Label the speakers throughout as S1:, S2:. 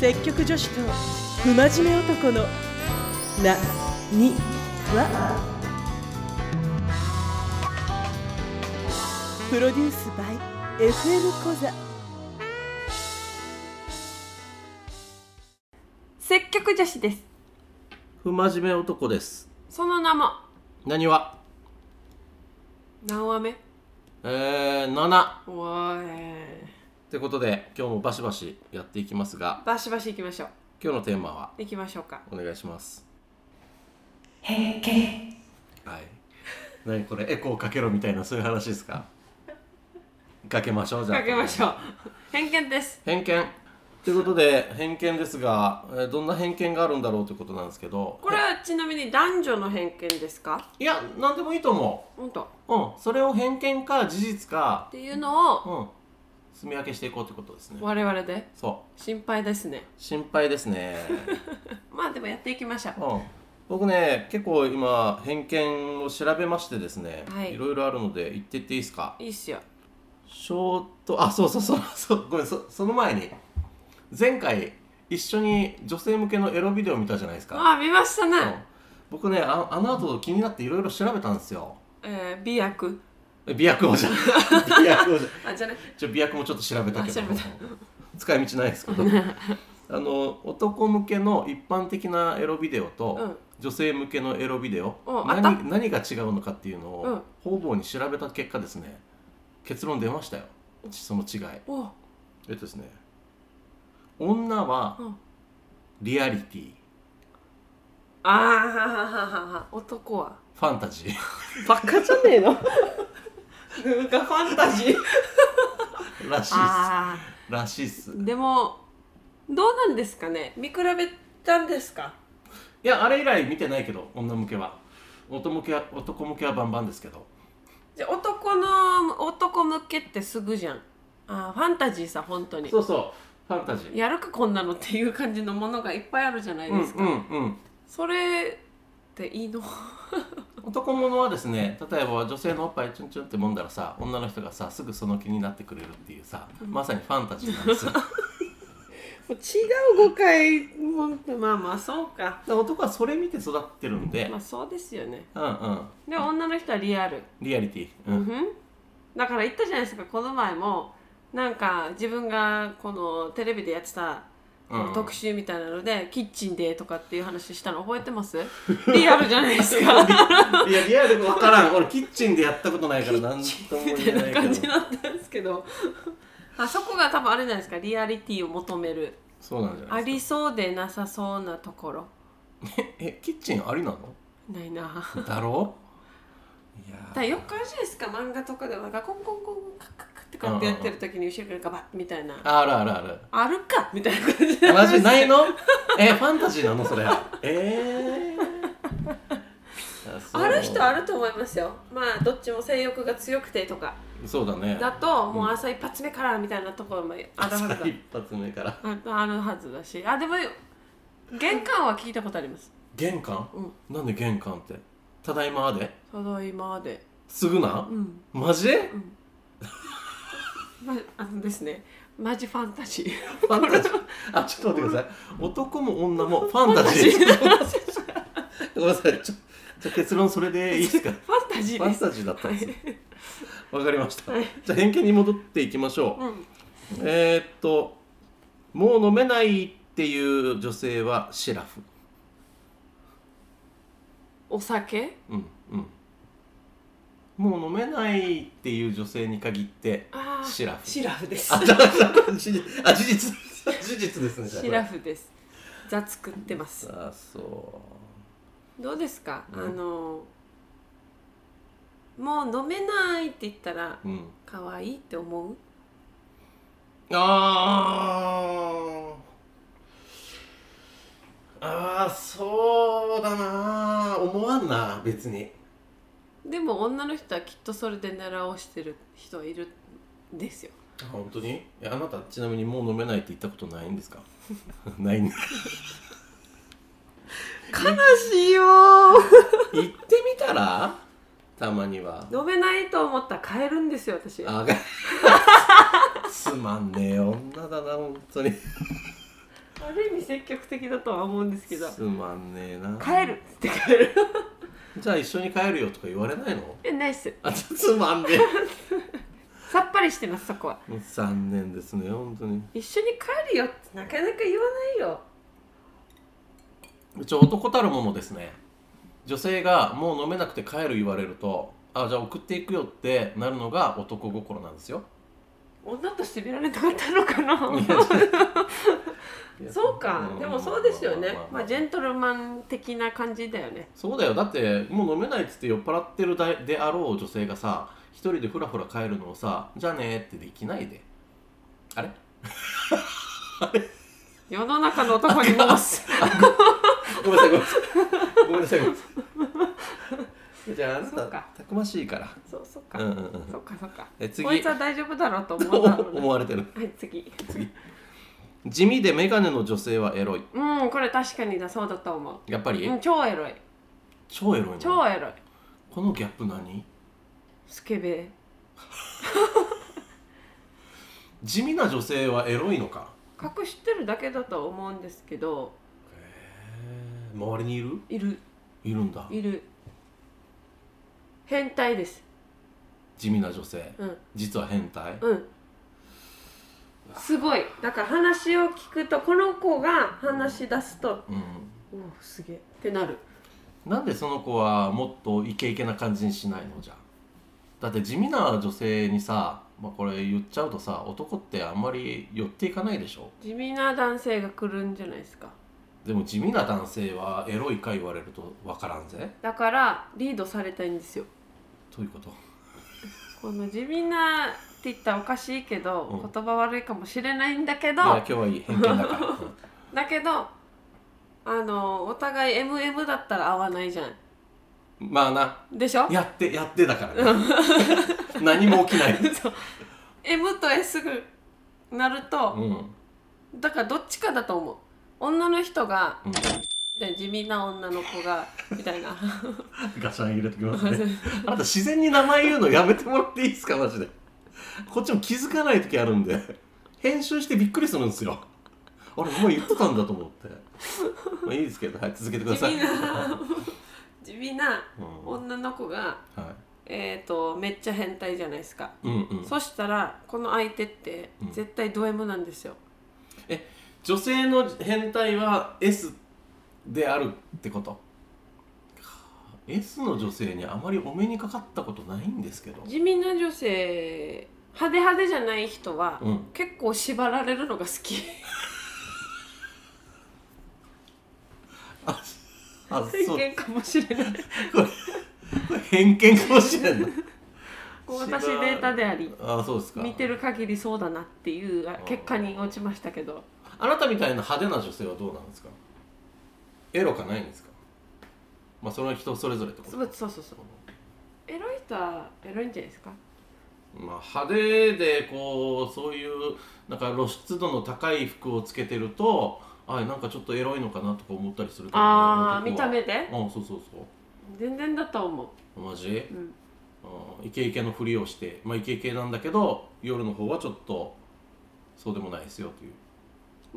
S1: 積極女子と不真面目男のなにはプロデュース by FM 小座
S2: 積極女子です
S3: 不真面目男です
S2: その名も
S3: 何は
S2: 何話目
S3: えー、7っ
S2: おい
S3: てことで今日もバシバシやっていきますが
S2: バシバシ行きましょう
S3: 今日のテーマは
S2: 行きましょうか
S3: お願いします
S2: 平気
S3: はい何これエコーかけろみたいなそういう話ですかかけましょうじゃあ
S2: かけましょう偏見です
S3: 偏見ということで偏見ですが、えーどんな偏見があるんだろうということなんですけど
S2: これはちなみに男女の偏見ですか
S3: いや何でもいいと思
S2: 本当っ
S3: ううんそれを偏見か事実か
S2: ていうのを
S3: うん住み分けしていこうということですね
S2: 我々で
S3: そ
S2: 心配ですね
S3: う心配です ね
S2: まあでもやっていきましょう
S3: うん、僕ね結構今偏見を調べましてですね、
S2: はい
S3: ろいろあるので言ってっていいですか
S2: いいっすよ
S3: ショートあそうそうそうそうごめんそその前に前回一緒に女性向けのエロビデオ見たじゃないですか、
S2: ああ見ました
S3: うん
S2: ね、
S3: 僕ねああの後気になっていろいろ調べたんですよ
S2: えー、美薬
S3: え媚薬王じゃん 媚薬王じゃん
S2: あじゃね
S3: ちょ媚薬もちょっと調べたけど
S2: あ調べた
S3: 使い道ないです けどあの男向けの一般的なエロビデオと、
S2: うん
S3: 女性向けのエロビデオ
S2: おあった
S3: 何何が違うのかっていうの
S2: う
S3: を
S2: ん
S3: 方々に調べた結果ですね結論出ましたよその違い
S2: おう
S3: えっとですね女は
S2: うん
S3: リアリティ
S2: ああはははは男は
S3: ファンタジー
S2: バカじゃねえのなんかファンタジー
S3: らしいっす
S2: あ
S3: らしいっす
S2: あでもどうなんですかね見比べたんですか
S3: いやあれ以来見てないけど女向けは男向けは男向けはバンバンですけど
S2: じゃあ男の男向けってすぐじゃんあーファンタジーさ本当に
S3: そうそうファンタジー
S2: やるかこんなのっていう感じのものがいっぱいあるじゃない
S3: うん
S2: ですか、
S3: うんうん
S2: それっていいの
S3: 男物はですね例えば女性のおっぱいチュンチュンって揉んだらさ女の人がさすぐその気になってくれるっていうさ、まさにファンタジーなんですよだか
S2: 違う誤解まあまあそうから
S3: 男はそれ見て育ってるんで
S2: まあそうですよね
S3: うんうん
S2: で女の人はリアル
S3: リアリティ、う
S2: うん
S3: ん、
S2: ふんだから言ったじゃないですかこの前もなんか自分がこのテレビでやってた
S3: うん
S2: 特集みたいなので、キッチンでとかっていう話したの覚えてますリアルじゃないです か
S3: いやリアル分からん俺キッチンでやったことないから何とも
S2: み
S3: 言え
S2: た
S3: ないい
S2: な感
S3: け
S2: じ
S3: ど
S2: だったんですけどあそこが多分あれじゃないですかリアリティを求める
S3: そうなんじゃな
S2: あ
S3: いで
S2: り
S3: す
S2: そうでなさそうなところ
S3: かええキッチンありなの
S2: ないな
S3: だろいや
S2: だから
S3: ー
S2: よくあるじゃないですか漫画とかでなんかコンコンコンコンカッカッカッってかってやってる時に後ろからガバッみたいな
S3: あるあるある
S2: あるかみたいな感 じ
S3: マジないのえファンタジーなのそれえー、そう
S2: ある人あると思いますよまあどっちも性欲が強くてとか
S3: そうだね
S2: だともう朝一発目からみたいなところもあるはずだ
S3: 朝一発目から
S2: ああるはずだしあでも玄関は聞いたことあります
S3: 玄関
S2: うん
S3: なんで玄関ってただいまで
S2: ただいまで、
S3: すぐな
S2: うん
S3: マジ
S2: まあのですねマジファンタジー
S3: ファンタジーあちょっと待ってください男も女もファンタジーごめんなさいちょじゃあ結論それでいいですかフ
S2: ファンタジー
S3: ァ
S2: で
S3: ン
S2: す
S3: タジーだったんですねわかりました
S2: はい
S3: じゃあ偏見に戻っていきましょう
S2: うん
S3: えー、っともう飲めないっていう女性はシラフ
S2: お酒
S3: うんうんもう飲めないっていう女性に限って
S2: あー
S3: シラフ
S2: シラフです
S3: あ、だから事実あ事実事実ですね。じゃあ
S2: シラフですザ作ってます
S3: あ、そ
S2: どうですか、
S3: うん
S2: あのもう飲めないって言ったら
S3: う。うん。
S2: 可愛いって思う
S3: ああ。ああ、そうだなー。思わんな、別に。
S2: でも女の人はきっとそれで狙をしてる人いるんですよ
S3: あ本当にえあなたちなみにもう飲めないって言ったことないんですか ないね
S2: 悲しいよ
S3: 言ってみたらたまには
S2: 飲めないと思ったら変えるんですよ私
S3: あ つまんねえ女だな本当に
S2: ある意味積極的だとは思うんですけど
S3: すまんねえな
S2: 帰るっつって帰る
S3: じゃあ一緒に帰るよとか言われないの
S2: えナイス
S3: あちょつまんね
S2: さっぱりしてますそこは
S3: え残念ですね本当に
S2: 一緒に帰るよってなかなか言わないよ
S3: うち男たるものですね女性がもう飲めなくて帰る言われるとあじゃあ送っていくよってなるのが男心なん ですよ
S2: 女として見られたかったのかな そうかでもそうですよねまあジェントルマン的な感じだよね
S3: そうだよだってもう飲めないっつって酔っ払ってるだであろう女性がさ一人でふらふら帰るのをさじゃあねーってできないであれ
S2: 世の中の男にも
S3: ごめんなさいごめんなさいごめんなさいじゃああな
S2: そ
S3: た
S2: うか
S3: たくましいから
S2: そうそうか、
S3: うんうんうん
S2: そうかそうか
S3: え次
S2: こいつは大丈夫だろうと思
S3: と
S2: うだろう な
S3: 思われてる
S2: はい次
S3: 次地味で眼鏡の女性はエロい
S2: うんこれ確かにだそうだと思
S3: やっぱ
S2: う、
S3: り、
S2: うん、超エロい
S3: 超エロいの
S2: 超エロい
S3: このギャップ何
S2: スケベ
S3: 地味な女性はエロいのか
S2: 隠してるだけだと思うんですけど
S3: へー周りにいる
S2: いる
S3: いるんだ
S2: いる変態です
S3: 地味な女性
S2: うん
S3: 実は変態
S2: うんすごいだから話を聞くとこの子が話し出すと
S3: うん
S2: おおすげえってなる
S3: なんでその子はもっとイケイケな感じにしないのじゃあだって地味な女性にさ、まあ、これ言っちゃうとさ男ってあんまり寄っていかないでしょ
S2: 地味な男性が来るんじゃないですか
S3: でも地味な男性はエロいか言われると分からんぜ
S2: だからリードされたいんですよ
S3: ということ
S2: この地味なって言ったらおかしいけど、
S3: うん
S2: 言葉悪いかもしれないんだけど
S3: いや今日はいい偏見だからうん
S2: だけどあのお互い MM だったら合わないじゃん
S3: まあな
S2: でしょ
S3: やってやってだから、ね、何も起きない、
S2: そう M と S がなると、
S3: うん
S2: だからどっちかだと思う女の人が
S3: うん、
S2: みたいな地味な女の子がみたいな
S3: ガシャン入れてきますねあなた自然に名前言うのやめてもらっていいですかマジでこっちも気づかない時あるんで編集してびっくりするんですよあれお前言ってたんだと思ってまあいいですけどはい続けてく だ
S2: 地
S3: さい、
S2: 味
S3: うん、
S2: な 地味な
S3: は
S2: 女の子が
S3: い
S2: えー、とめっちゃ変態じゃないですか、
S3: うんうん
S2: そしたらこの相手って
S3: うん
S2: 絶対ド M なんですよ、
S3: 女性の変態は S であるってこと S の女性にあまりお目にかかったことないんですけど
S2: 地味な女性派手派手じゃない人は、
S3: うん
S2: 結構縛られるのが好き
S3: ああそう
S2: 偏見かもしれない
S3: 偏見かもしれんない
S2: こう私データであり
S3: あそうですか
S2: 見てる限りそうだなっていうあ
S3: ー
S2: 結果に落ちましたけど
S3: あなたみたいな派手な女性はどうなんですかエロかないんですかまあそれは人それぞれってこ
S2: そ
S3: と
S2: うそうそうそうエロい人はエロいんじゃないですか
S3: まあ派手でこうそういうなんか露出度の高い服をつけてるとあなんかちょっとエロいのかなとか思ったりするけどね
S2: ああ
S3: 男
S2: 見た
S3: は
S2: 目で
S3: うんそうそうそ
S2: 全然だと思
S3: うマジ
S2: う、うん、
S3: うんイケイケのふりをしてまあイケイケなんだけど夜の方はちょっとそうでもないですよという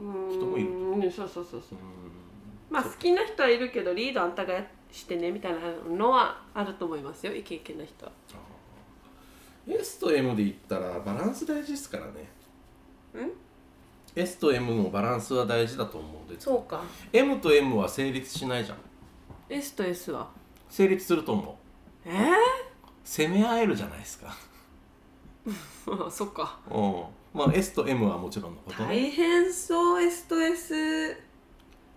S2: うーん
S3: 人もいる
S2: うんそうそうそうそう
S3: うん
S2: まあ好きな人はいるけどリードあんたがしてねみたいなのはあると思いますよイケイケな人は
S3: S と M で言ったらバランス大事ですからね
S2: ん
S3: S と M のバランスは大事だと思うんで
S2: そうか
S3: M と M は成立しないじゃん
S2: S と S は
S3: 成立すると思う
S2: え
S3: 攻め合えるじゃないですか
S2: ー、そっか
S3: うんまあ S と M はもちろんのことね
S2: 大変そう S と S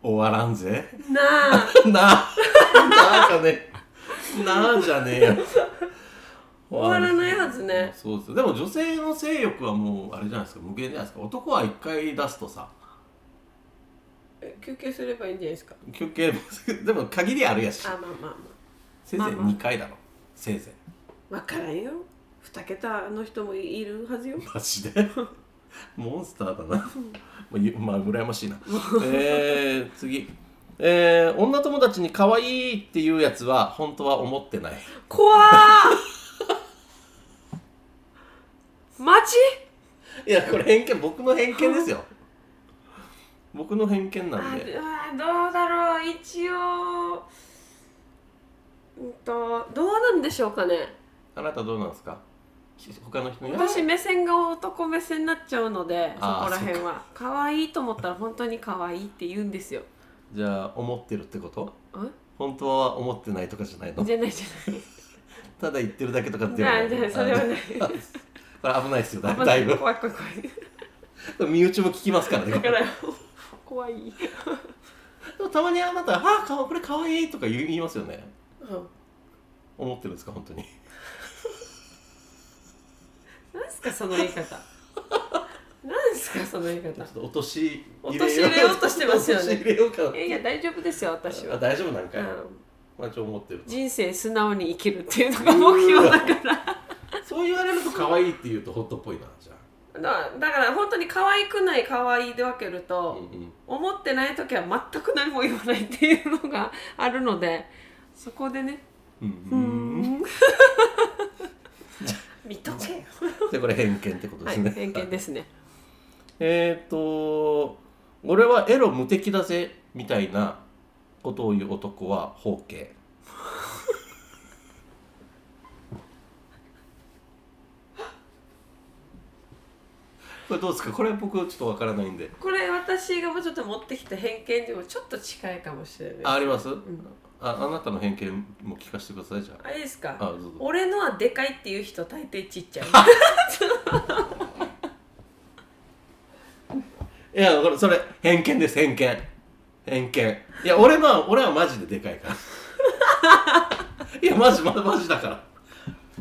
S3: 終わらんぜ
S2: な あ
S3: なあなあじゃねえなあじゃねえよ
S2: 終わらないはずね
S3: そうですでも女性の性欲はもうあれじゃないですか無限じゃないですか男は一回出すとさ
S2: え休憩すればいいんじゃない ですか
S3: 休憩もでも限りあるやし
S2: あまあまあま
S3: せいぜい
S2: まあまあ
S3: 2回だろせいぜい
S2: あわからんよ二桁の人もいるはずよ
S3: マジ でモンスターだなまあゆまあ羨ましいなえー、次えー、女友達に可愛いっていうやつは本当は思ってない
S2: 怖 ーマジ
S3: いやこれ偏見僕の偏見ですよ僕の偏見
S2: あ
S3: なんで
S2: うわどうだろう一応うんとどうなんでしょうかね
S3: あなたどうなんですか他の人に
S2: 私目線が男目線になっちゃうのでそこ
S3: あー
S2: ら辺は可愛いと思ったら本当に可愛いって言うんですよ
S3: じゃあ思ってるってこと
S2: ん
S3: 本当は思ってないとかじゃないの
S2: じゃないじゃ
S3: ただ言ってるだけとか
S2: ない
S3: で
S2: じ
S3: は
S2: ゃあ
S3: ない
S2: じゃあそれはない
S3: あ これ危ないですよだいぶ
S2: 危
S3: だ
S2: ないい
S3: ぶ
S2: 怖い怖い怖い
S3: 身内も聞きますからね
S2: だから怖い
S3: でもたまにあなた「あかわこれかわいい」とか言い言いますよね
S2: うん
S3: 思ってるんですか本当に
S2: なんすかその言い方なんすかその言い
S3: ち ょ
S2: 方
S3: っと落とし
S2: 落とし入れようとしてますよね
S3: 落とし入れようかない
S2: やいや大丈夫ですよ私
S3: あ
S2: は、
S3: 大丈夫なんか
S2: う
S3: い、
S2: ん、
S3: まあ一応思ってる
S2: 人生素直に生きるっていうのが目標だから
S3: そう言われると可愛いって言うと本当っぽいなじゃ
S2: だだから本当に可愛くない可愛いで分ける
S3: あ、
S2: と、
S3: うんうん
S2: 思ってない時は全く何も言わないっていうのがあるのでそこでね
S3: うん
S2: う
S3: うん
S2: ん見とけよ
S3: でこれ偏見ってことで
S2: は
S3: す
S2: い
S3: ね、
S2: 偏見ですね
S3: えーっと俺はエロ無敵だぜみたいなことを言う男は包茎これどうですかこれ僕ちょっとわからないんで
S2: これ私がもうちょっと持ってきた偏見でもちょっと近いかもしれ
S3: あ
S2: ない
S3: あります、
S2: ん
S3: ああなたの偏見も聞かせてくださいじゃ
S2: あれですか
S3: ああどうぞ
S2: 俺のはでかいっていう人大抵ちっ ちゃい
S3: いやこれそれ偏見です偏見偏見いや俺のは俺はマジででかいから いやマジまだマジだから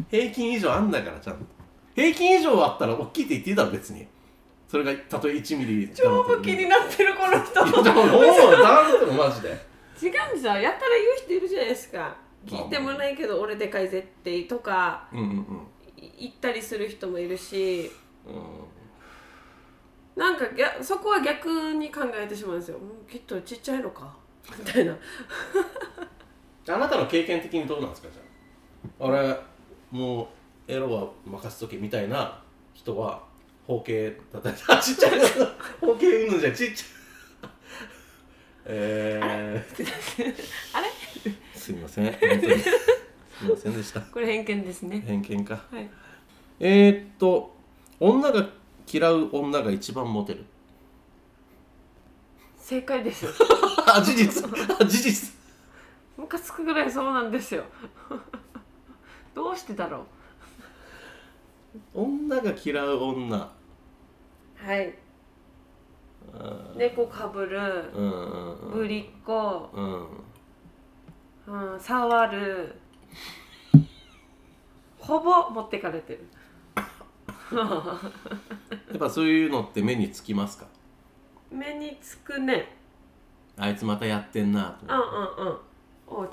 S3: 平均以上あんだからちゃんと平均以上あったら大きいって言っていいだろ別にそれがたとえ1ミリだろ
S2: 超
S3: うと
S2: 武器になってるこの人
S3: いやでももうなんでもマジで
S2: 違うんですよやたら言う人いるじゃないですか聞いてもないけど俺でかいぜってとか
S3: うんうんうん
S2: い言ったりする人もいるし
S3: う
S2: なんか逆そこは逆に考えてしまうんですようんきっとちっちゃいのかみたいな
S3: んあなたの経験的にどうなんですかじゃあ俺もうエロは任せとけみたいな人は包茎だったりあちっちゃいな包茎うんぬんじゃないちっちゃいえ
S2: あれ
S3: ー、すみません本当 にすみませんでした
S2: これ偏見ですね
S3: 偏見か
S2: はい
S3: えー、っと女が嫌う女が一番モテる
S2: 正解ですよ
S3: あ事実あ事実
S2: ムカつくぐらいそうなんですよ どうしてだろ
S3: 女が嫌う女
S2: うはい
S3: あー
S2: 猫かぶる
S3: うんうんうん
S2: ぶりっ子、
S3: うん
S2: うん、触 るほぼ持ってかれてる
S3: やっぱそういうのって目につきますか
S2: 目につくね
S3: あいつまたやってんなと
S2: うんう
S3: 思
S2: ん
S3: っ
S2: うんお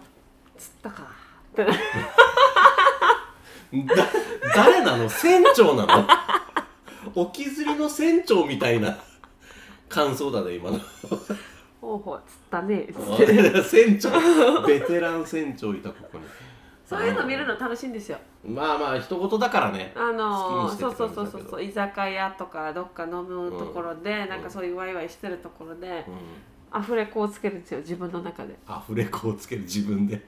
S2: つったか
S3: てだ誰なの船長なの沖釣りの船長みたいな感想だね今の
S2: おうほうつったねつって
S3: 船長ベテラン船長いたここに
S2: そういうの見るの楽しいんですよ
S3: まあまあ一言だからね
S2: あの
S3: 好きにし
S2: ー
S3: て
S2: そう
S3: って
S2: そ
S3: 感
S2: う
S3: じ
S2: そう
S3: だけど
S2: そうそう居酒屋とかどっか飲むところで、なん
S3: うん
S2: かそういうワイワイしてるところで、
S3: うん
S2: アフレコをつけるんですよ自分の中で
S3: アフレコをつける自分で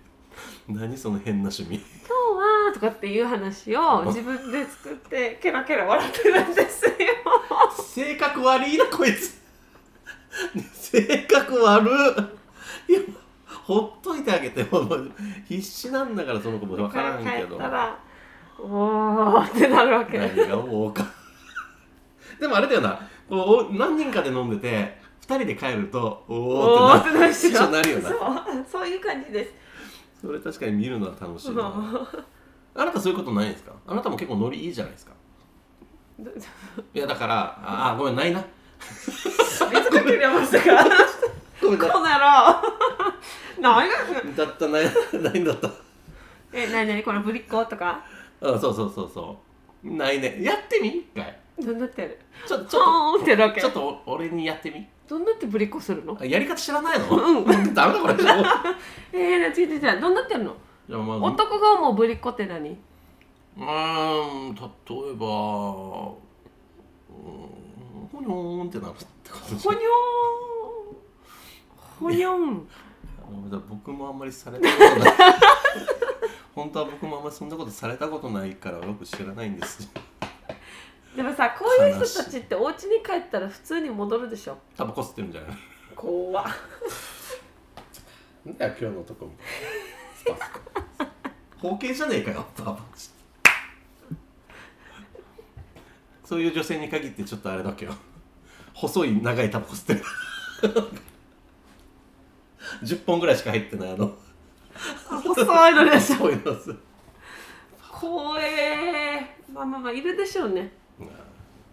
S3: 何その変な趣味
S2: 「今日は」とかっていう話を自分で作ってケラケラ笑ってるんですよ
S3: 性格悪いなこいつ性格悪いいやほっといてあげてもう必死なんだからその子も分からんけ
S2: 帰っ
S3: ど
S2: たら「おお」ってなるわけ
S3: 何がもうかでもあれだよなこうお何人かで飲んでて2人で帰るとお
S2: お
S3: お
S2: お
S3: っ
S2: ってて
S3: な
S2: なるでしょ
S3: なるよな
S2: そうそういう感じです
S3: それ確かに見るのは楽しいな
S2: も
S3: あなたそういうことないんですかあなたも結構ノリいいじゃないですか
S2: うど
S3: いやだからああごめんないな
S2: 水かけられましたか
S3: ごめんな
S2: この野郎何が
S3: だったないないんだった
S2: え何何このぶりっ子とか
S3: うん、そうそうそうそう。ないね。やってみ一回。
S2: どうなってる
S3: ちょ、ち
S2: ち
S3: ょっ
S2: ょーんってなるわ
S3: と、
S2: け
S3: ちょっとお俺にやってみ。
S2: どんなってぶりっこするの
S3: あやり方知らないの。
S2: うん
S3: ダメだこれ。じゃあ
S2: えー、違う違う違うどんなってるの、
S3: まあ、う
S2: 男が思うぶりっ子って何
S3: ーん、例えば、うーん、ほにょーんってなるってこと
S2: ほにょほにょん
S3: あのだから僕もあんまりされたことない 本当は僕もあんまりそんなことされたことないからよく知らないんです
S2: でもさこういう人たちってお家に帰ったら普通に戻るでしょ
S3: タバコ吸ってるんじゃない
S2: 怖っ
S3: なんだよ今日のとこみたいな包茎じゃねえかよババチそういう女性に限ってちょっとあれだけど細い長いタバコ吸ってる10本ぐらいしか入ってないあの
S2: 細いのでしょ
S3: 細いの吸う
S2: 怖えまあまあまあいるでしょうね
S3: まあ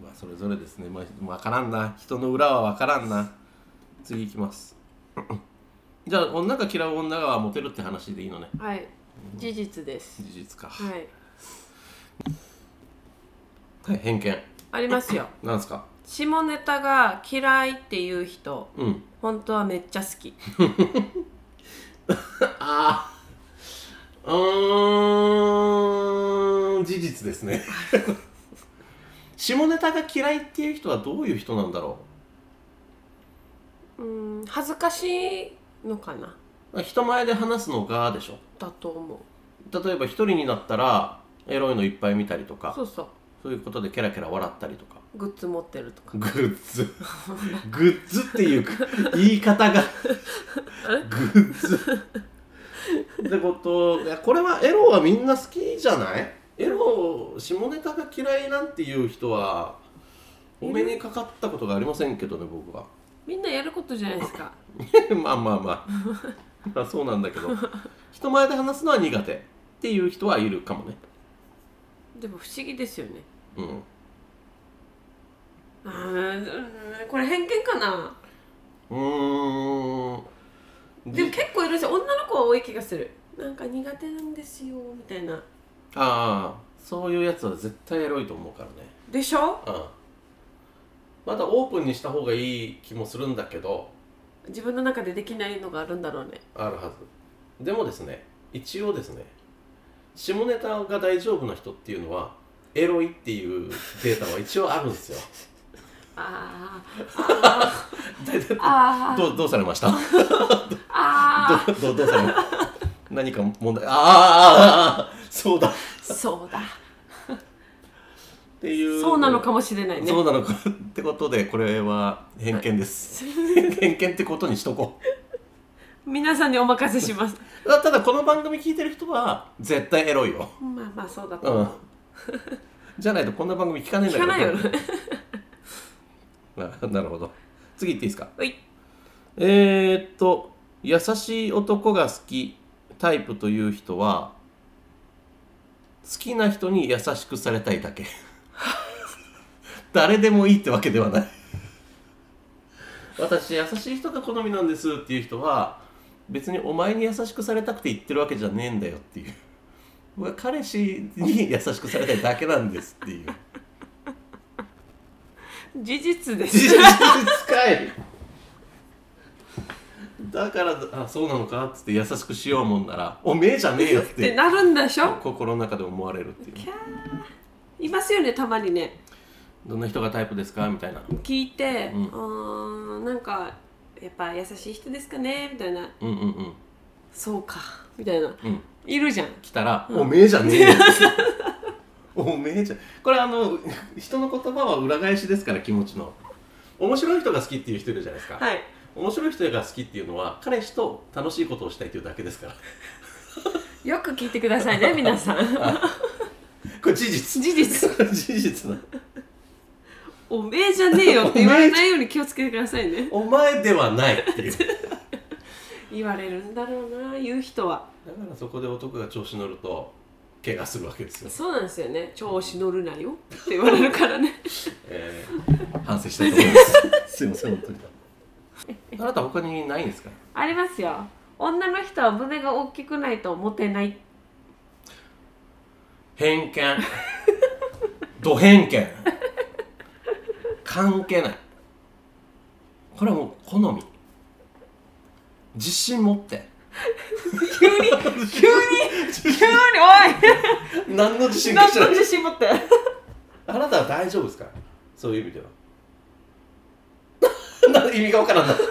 S3: まあそれぞれですね、まあ、分からんな人の裏は分からんな次いきますじゃあ女が嫌う女はモテるって話でいいのね
S2: はい事実です
S3: 事実か、
S2: はい
S3: はい、偏見
S2: ありますよ
S3: なんですか
S2: 下ネタが嫌いっていう人
S3: うん
S2: 本当はめっちゃ好き
S3: ああうーん事実です ね下ネタが嫌いっていう人はどういう人なんだろ
S2: うん恥ずかしいのかな
S3: う人前で話すのがでしょ
S2: だと思う
S3: 例えば一人になったらエロいのいっぱい見たりとか
S2: そうそう
S3: そういうことでケラケラ笑ったりとか
S2: グッズ持ってるとか
S3: グッズグッズっていう言い方がグッズってこといやこれはエロはみんな好きじゃないエロ下ネタが嫌いなんていう人はお目にかかったことがありませんけどね僕は
S2: みんなやることじゃないですか
S3: まあまあまあまあそうなんだけど人前で話すのは苦手っていう人はいるかもね
S2: でも不思議ですよね
S3: うん
S2: あーうんこれ偏見かな
S3: うーん
S2: でも結構いるし女の子は多い気がするなんか苦手なんですよみたいな
S3: ああそういうやつは絶対エロいと思うからね
S2: でしょ
S3: うんまだオープンにした方がいい気もするんだけど
S2: 自分の中でできないのがあるんだろうね
S3: あるはずでもですね一応ですね下ネタが大丈夫な人っていうのはエロいっていうデータは一応あるんですよ
S2: あー
S3: 大体
S2: あー
S3: どうどうされましたど
S2: あ
S3: うどうどうされました何か問題あーあーあーあーそうだっ
S2: ーそうだ
S3: ていう
S2: そうなのかもしれないね
S3: そうなのかってことでこれは偏見です、偏見ってことにしとこう
S2: 皆さんにお任せします
S3: たただこの番組聞いてる人は絶対エロいよ
S2: まあまあそうだと
S3: う
S2: 思
S3: ん
S2: う、
S3: じゃないとこんな番組聞かねえんだ
S2: 聞かないよね
S3: ななるほど次行っていいですか
S2: はい
S3: えー、っと優しい男が好きタイプという人は好きな人に優しくされたい だけ誰でもいいってわけではない私優しい人が好みなんですっていう人は別にお前に優しくされたくて言ってるわけじゃねえんだよっていう僕は彼氏に優しくされたいだけなんですっていう
S2: 事実で
S3: 事
S2: す
S3: 実かいだからあそうなのかっつって優しくしようもんならおめえじゃねえよっ
S2: って
S3: て
S2: なるんでしょ
S3: 心の中で思われるっていう
S2: キャーいますよねたまにね
S3: どんな人がタイプですかみたいな
S2: 聞いて、
S3: うん
S2: うーん、なんかやっぱ優しい人ですかねみたいな
S3: うんうんうん
S2: そうかみたいな
S3: うん
S2: いるじゃん
S3: 来たら、
S2: うん
S3: おめえじゃねえよおめえじゃこれあの人の言葉は裏返しですから気持ちの面白い人が好きっていう人いるじゃないですか、
S2: はい
S3: 面白い人が好きっていうのは彼氏と楽しいことをしたいというだけですから
S2: よく聞いてください ね皆さん
S3: これ事実
S2: 事実
S3: 事実な
S2: おめえじゃねえ よって言われないように気をつけてくださいね
S3: お前ではないっていうだか
S2: 言われるんだろうな言う人は
S3: らそこで男が調子乗ると怪我するわけですよ、
S2: そうなんですよね調子乗るなよって言われるからね
S3: えー、反省したいと思います すいません本当にあなた他にないんですか
S2: ありますよ女の人は胸が大きくないとモテない
S3: 偏見ド偏見関係ないこれはもう好み自信持って
S2: 急に急に急に お
S3: 何の自信
S2: い
S3: か
S2: 何
S3: しら
S2: の自信持って
S3: あなたは大丈夫ですかそう いう意味ではな意味がわからんない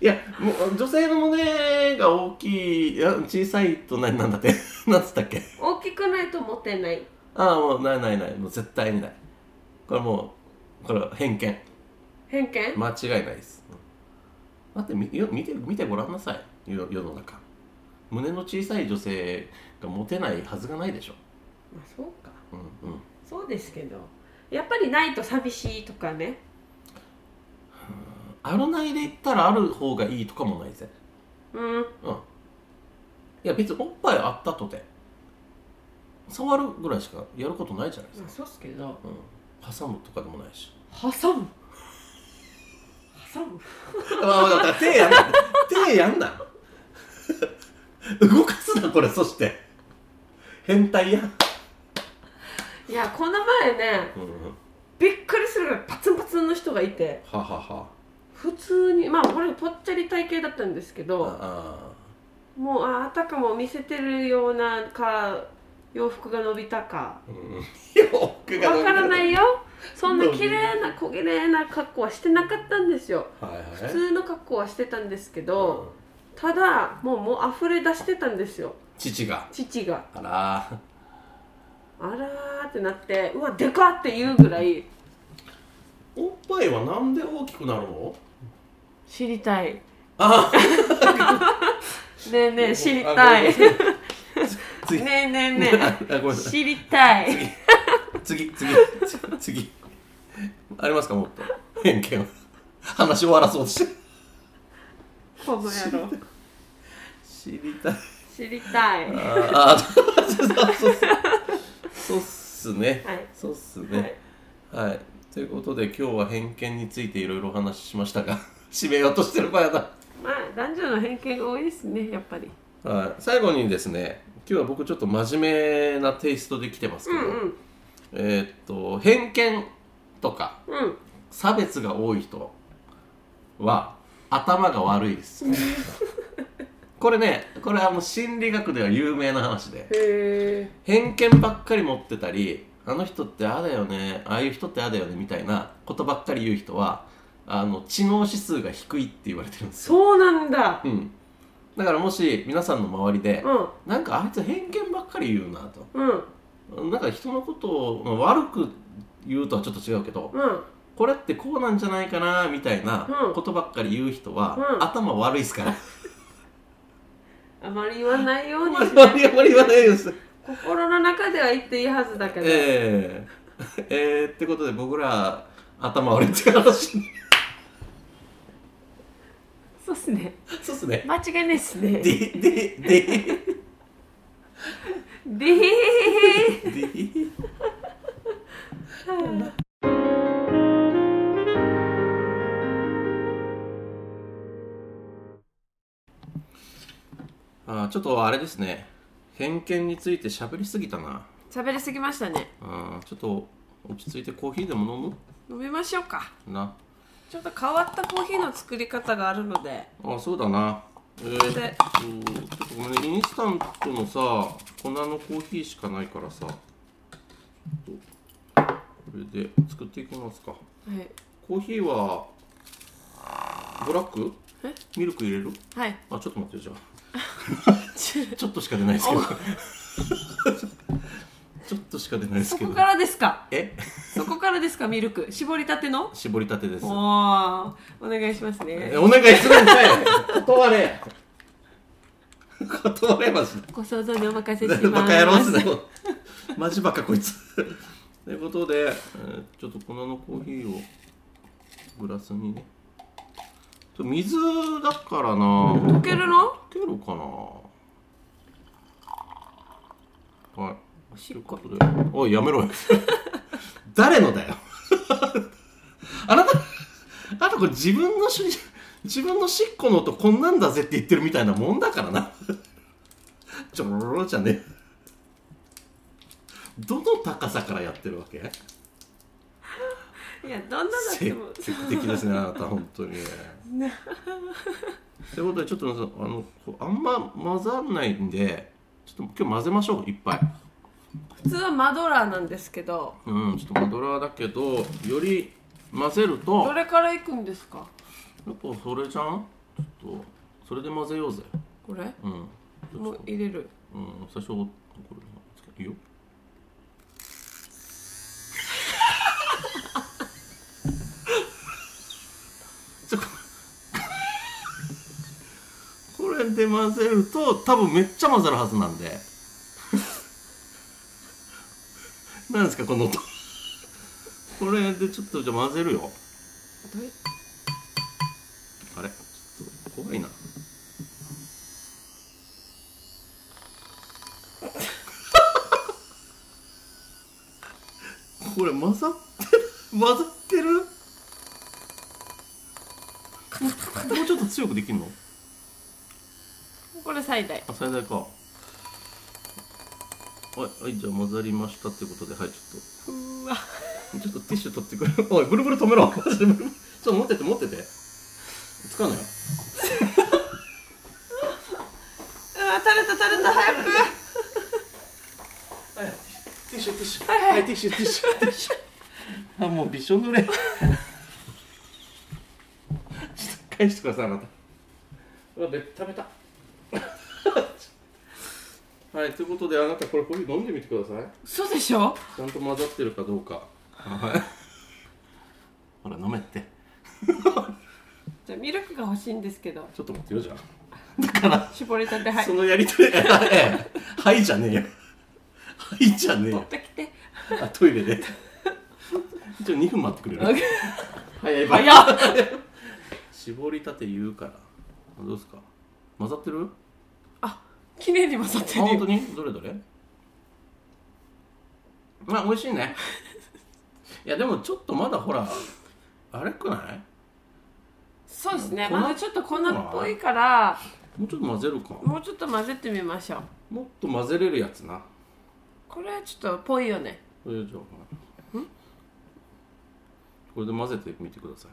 S3: いやもう女性の胸が大きいいや小さいと何なんだって なんつったっけ
S2: 大きくないとモテない
S3: ああもうないないないもう絶対にないこれもうこれは偏見
S2: 偏見、
S3: 間違いないですうんだってみよ見て見てごらんなさいよ世の中胸の小さい女性がモテないはずがないでしょ、
S2: まあ、そうか
S3: うんうん、
S2: そうですけどやっぱりないと寂しいとかね
S3: あるないで言ったらある方がいいとかもないぜ
S2: うん
S3: うんいや別におっぱいあったとて触るぐらいしかやることないじゃないです
S2: まあ、そ
S3: か
S2: うっすけど
S3: うん、挟むとかでもないし
S2: 挟む挟む
S3: まあまあだから手やんな手やんな動かすなこれそして変態やん、
S2: いやこの前ね
S3: うんうん、は
S2: びっくりするぐらいパツンパツンの人がいて
S3: はは
S2: 普通にまあこれぽっちゃり体型だったんですけど
S3: あ
S2: もうああたかも見せてるようなか洋服が伸びたか
S3: あ、うん、 よく、
S2: わからないいよそんな綺麗な小綺麗な格好はしてなかったんですよ
S3: はいはい、
S2: 普通の格好はしてたんですけ
S3: う
S2: ど
S3: ん
S2: ただもうもう溢れ出してたんですよ
S3: 父が
S2: 父が
S3: あら
S2: あらーってなってうわでかって言うぐらい
S3: おっぱいはなんで大きくなるの
S2: 知りたい
S3: あ
S2: ねえねえ知りたい
S3: あ
S2: ね
S3: ごめんなさい
S2: え
S3: つ
S2: ねえ
S3: い
S2: ね
S3: あご
S2: え
S3: めんなさい
S2: 知りたい
S3: 次次次次ありますかもっと偏見は話終わらそうとして
S2: この野郎
S3: 知りたい
S2: 知りたいは
S3: ああそうそうそうっすね
S2: い
S3: そうっすねはいということで今日は偏見についていろいろお話ししましたが 締めようとしてる場合だ
S2: まあ男女の偏見が多いですねやっぱり
S3: はい、最後にですね今日は僕ちょっと真面目なテイストで来てます
S2: う
S3: けど、
S2: んうん
S3: えーっと偏見とか
S2: うん
S3: 差別が多い人は頭が悪いですこれねこれはもう心理学では有名な話で
S2: へえ
S3: 偏見ばっかり持ってたりあの人ってああだよねああいう人ってああだよねみたいなことばっかり言う人はあの知能指数が低いって言われてるんですよ、
S2: そうなんだ
S3: うん、だからもし皆さんの周りで、
S2: うん
S3: なんかあいつ偏見ばっかり言うなと
S2: うんうん
S3: なんか人のことを、まあ悪く言うとはちょっと違うけどこれってこうなんじゃないかなみたいな
S2: うん
S3: ことばっかり言う人は、
S2: うん
S3: 頭悪いですから、
S2: あまり言わないように
S3: あ
S2: し
S3: んま
S2: て
S3: りあんまり言わないです
S2: 心の中では言っていいはずだけど、
S3: ええええってことで僕ら頭悪いって話
S2: そうっすね
S3: そうっすね
S2: 間違いないっすね
S3: ででで
S2: でへへへ
S3: であーちょっとあれですね偏見について喋りすぎたな
S2: 喋りすぎましたね
S3: あーちょっと落ち着いてコーヒーでも飲
S2: 飲みましょうか
S3: むな
S2: ちょっと変わったコーヒーの作り方があるので
S3: あそうだなえーっと
S2: で
S3: ちょっとごめんねインスタントのさ粉のコーヒーしかないからさちょっとこれで作っていきますか
S2: はい
S3: コーヒーはブラック
S2: え
S3: ミルク入れる
S2: はい
S3: あちょっと待 ってじゃあちょっとしか出ないですけど ちょっとしか出ないです
S2: そ
S3: け
S2: こ
S3: ど
S2: からですか
S3: え
S2: そこからですかミルク絞りたての
S3: 絞りたてです
S2: おーお願いしますね
S3: えお願いするんかい断れ断れますね
S2: ご想像にお任せ し
S3: バ
S2: ま
S3: カ野郎っ
S2: す
S3: すねマジバカこいつということで、えーちょっと粉のコーヒーをグラスにねちょ水だからな
S2: 溶けるの
S3: 溶けるかなはい
S2: おし
S3: とい
S2: っ
S3: うこ
S2: こと
S3: でおいやめろよ 誰のだよ あなたあなたこれ自分のし自分のしっこの音こんなんだぜって言ってるみたいなもんだからな ちょろろじゃねえどの高さからやってるわけ
S2: いやどんなだって
S3: 積
S2: も
S3: 極的ですねあなた本当にということでちょっとあのこうあんま混ざんないんでちょっと今日混ぜましょういっぱい
S2: 普通はマドラーなんですけど
S3: うんちょっとマドラーだけどより混ぜると
S2: どれからいくんですか
S3: やっぱそれじゃんちょっとそれで混ぜようぜ
S2: これ
S3: うん
S2: もう入れる
S3: うん最初これいいよ ちょここれで混ぜると多分めっちゃ混ざるはずなんで なんですかこの音 これでちょっとじゃあ混ぜるよ
S2: どうや
S3: あれちょっと怖いな。 これ混ざってる混ざってるもうもうちょっと強くできるの
S2: これ最大
S3: あ最大かはい、はい、じゃあ混ざりましたってことではいちょっと
S2: うわ
S3: ちょっとティッシュ取ってくれ。おい、ブルブル止めろ。ちょっとブルブルちょっと持ってて、持ってて。つかんな
S2: う
S3: よ。
S2: わ垂れた垂れた早く
S3: ティッシュ、ティッシュ。はい、ティッシュ、ティッシ ュ、ティッシュ。あ、もうびしょ濡れ。ちょっと返してください、また。うわ、べったべた。 はい、ということで、あなた、これ、こういう飲んでみてください。
S2: そうでしょ
S3: ちゃんと混ざってるかどうか。はい。ほら、飲めって。
S2: じゃあミルクが欲しいんですけど
S3: ちょっと待ってよ、じゃあ。だから。
S2: 絞れたてはい
S3: そのやり とり、ええはいじゃねえよ。はいじゃねえ
S2: 取っ
S3: よ。
S2: てきて
S3: あ、トイレ で。ちょ、2分待ってくれる。早い、
S2: 早っ
S3: 絞りたて言うから。どうですか混ざってる
S2: 綺麗に混ざっ
S3: あ、
S2: てる
S3: 本当
S2: よ
S3: にどれどれまあ、美味しい ね。いや、でもちょっとまだほら、あれくない
S2: そうですね
S3: 粉
S2: まだちょっと粉っぽいから
S3: もうちょっと混ぜるか。
S2: もうちょっと混ぜてみましょう
S3: もっと混ぜれるやつな。
S2: これはちょっとぽいよね
S3: これじゃあほらこれで混ぜてみてくだ さい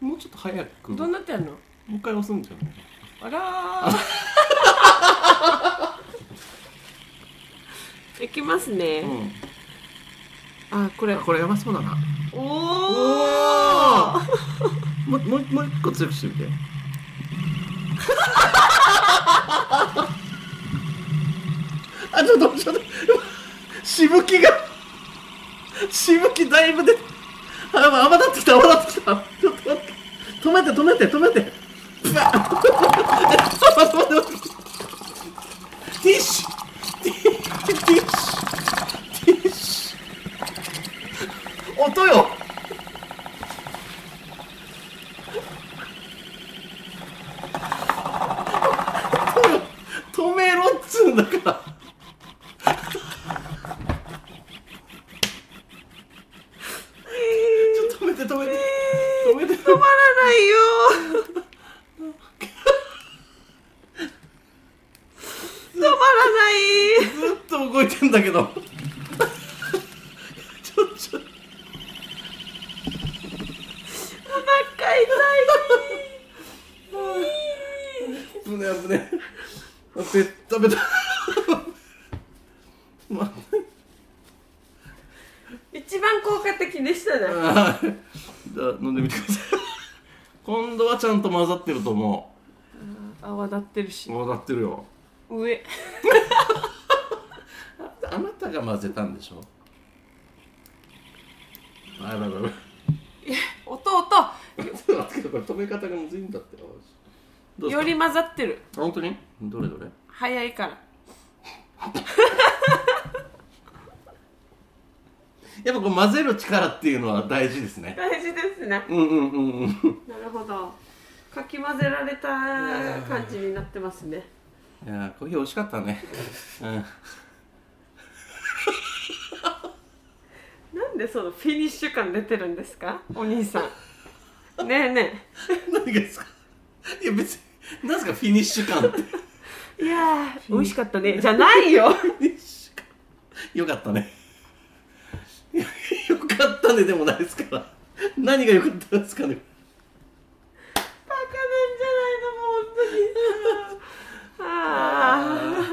S3: もうちょっと早く
S2: どう
S3: も
S2: なってんの
S3: う一回押すんじゃない
S2: あら ーいきますね、
S3: うん
S2: あこれ
S3: これやばそうだな
S2: おお
S3: おもうもうもう一個強くしてみて あちょっとちょっとしぶきがしぶきだいぶであやばい泡立ってきた泡立ってきたちょっと待って止めて止めて止めて ブワッちょっと待って待って待ってティッシュティティッシュティッシュ音よ止めろっつうんだからちょっと止めて止めて止めて
S2: 止まらないよ止まらない
S3: ずっと動いてんだけどちょちょ
S2: お腹痛
S3: 危ね危ねあべったべたま
S2: い一番効果的でしたね
S3: あじゃあ飲んでみてください今度はちゃんと混ざってると思
S2: 泡立ってるし
S3: う混ざってるよ
S2: 上
S3: あなたが混ぜたんでしょあやばいやばいやばい
S2: 音音
S3: ちょっと待ってこれ止め方がむずいんだってよどうです
S2: よ
S3: か
S2: り混ざってる
S3: 本当にどれどれ
S2: 早いから
S3: やっぱこう混ぜる力っていうのは大事ですね
S2: 大事ですね
S3: うんうんうんうん
S2: なるほどかき混ぜられた感じになってますね
S3: いやーコーヒー美味しかった ねうん
S2: なんでそのフィニッシュ感出てるんですかお兄さ んねえね
S3: 何がですかいや別に何ですかフィニッシュ感って
S2: えいやー美味しかったねじゃないよ
S3: フィニッシュ感よかったね いやよかったねでもないですから何がよかったんですかね
S2: バカなんじゃないのもう本当にあ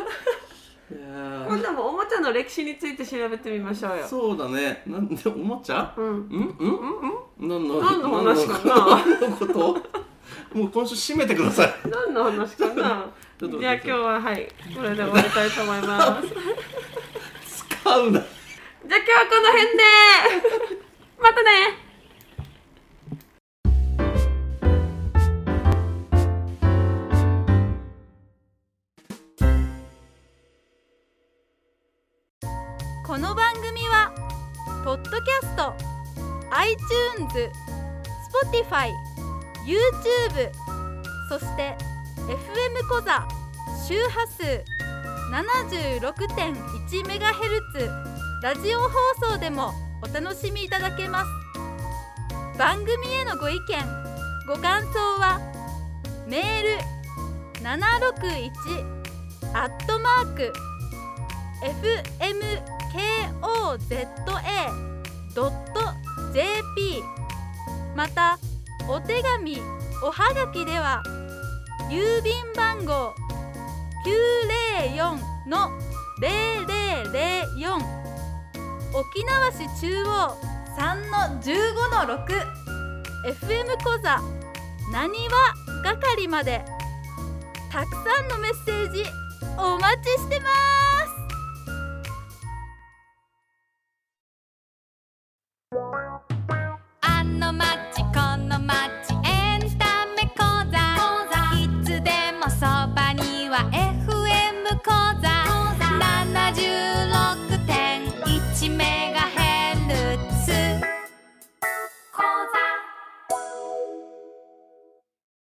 S3: いや
S2: あ
S3: ー
S2: 今度もおもちゃの歴歴史について調べてみましょうよ
S3: そうだねなんでおもちゃ
S2: うん
S3: うん
S2: う
S3: うん
S2: んうん
S3: 何の
S2: 何の話かな
S3: 何のこともう今週締めてください
S2: 何の話かな
S3: ちょっと待って
S2: じゃあ今日ははいこれで終わりたいと 思いますじゃあ今日は
S3: 使うな
S2: この辺で またね
S4: この番組はポッドキャスト iTunes Spotify YouTube そして FM コザ周波数 76.1MHz ラジオ放送でもお楽しみいただけます番組へのご意見ご感想はメール761アットマーク fmkoza.jp またお手紙おはがきでは郵便番号904の0004沖縄市中央3の15の 6FM コザなにわ係までたくさんのメッセージお待ちしてます